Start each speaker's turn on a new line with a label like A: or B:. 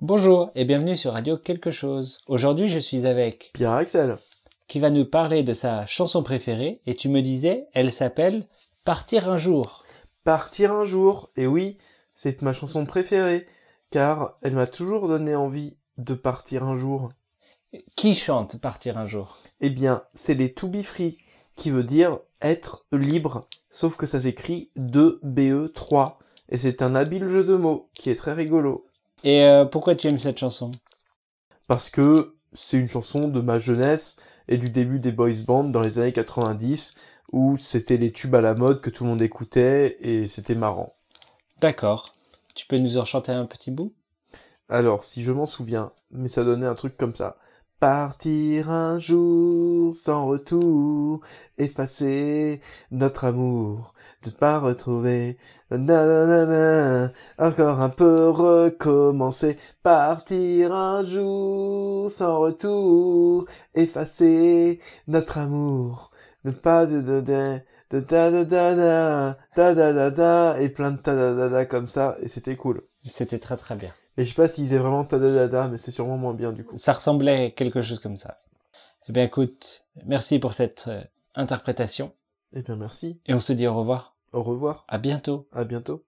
A: Bonjour et bienvenue sur Radio Quelque chose. Aujourd'hui, je suis avec
B: Pierre Axel.
A: qui va nous parler de sa chanson préférée et tu me disais, elle s'appelle Partir un jour.
B: Partir un jour, et oui, c'est ma chanson préférée, car elle m'a toujours donné envie de partir un jour.
A: Qui chante Partir un jour
B: Eh bien, c'est les To Be Free, qui veut dire être libre, sauf que ça s'écrit 2BE3, et c'est un habile jeu de mots qui est très rigolo,
A: Et euh, pourquoi tu aimes cette chanson
B: parce que c'est une chanson de ma jeunesse et du début des boys bands dans les années 90, où c'était les tubes à la mode que tout le monde écoutait, et c'était marrant.
A: D'accord. Tu peux nous en chanter un petit bout
B: Alors, si je m'en souviens, mais ça donnait un truc comme ça. Partir un jour sans retour, effacer notre amour, de pas retrouver. Nanana, encore un peu recommencer. Partir un jour sans retour, effacer notre amour, ne pas de de de de da da da da da da da da et plein de ta da da da comme ça et c'était cool.
A: C'était très très bien.
B: Et je sais pas s'ils aient vraiment tadadada, mais c'est sûrement moins bien du coup.
A: Ça ressemblait à quelque chose comme ça. Eh bien écoute, merci pour cette euh, interprétation
B: Eh bien merci,
A: et on se dit au revoir.
B: au revoir,
A: À bientôt.
B: à bientôt.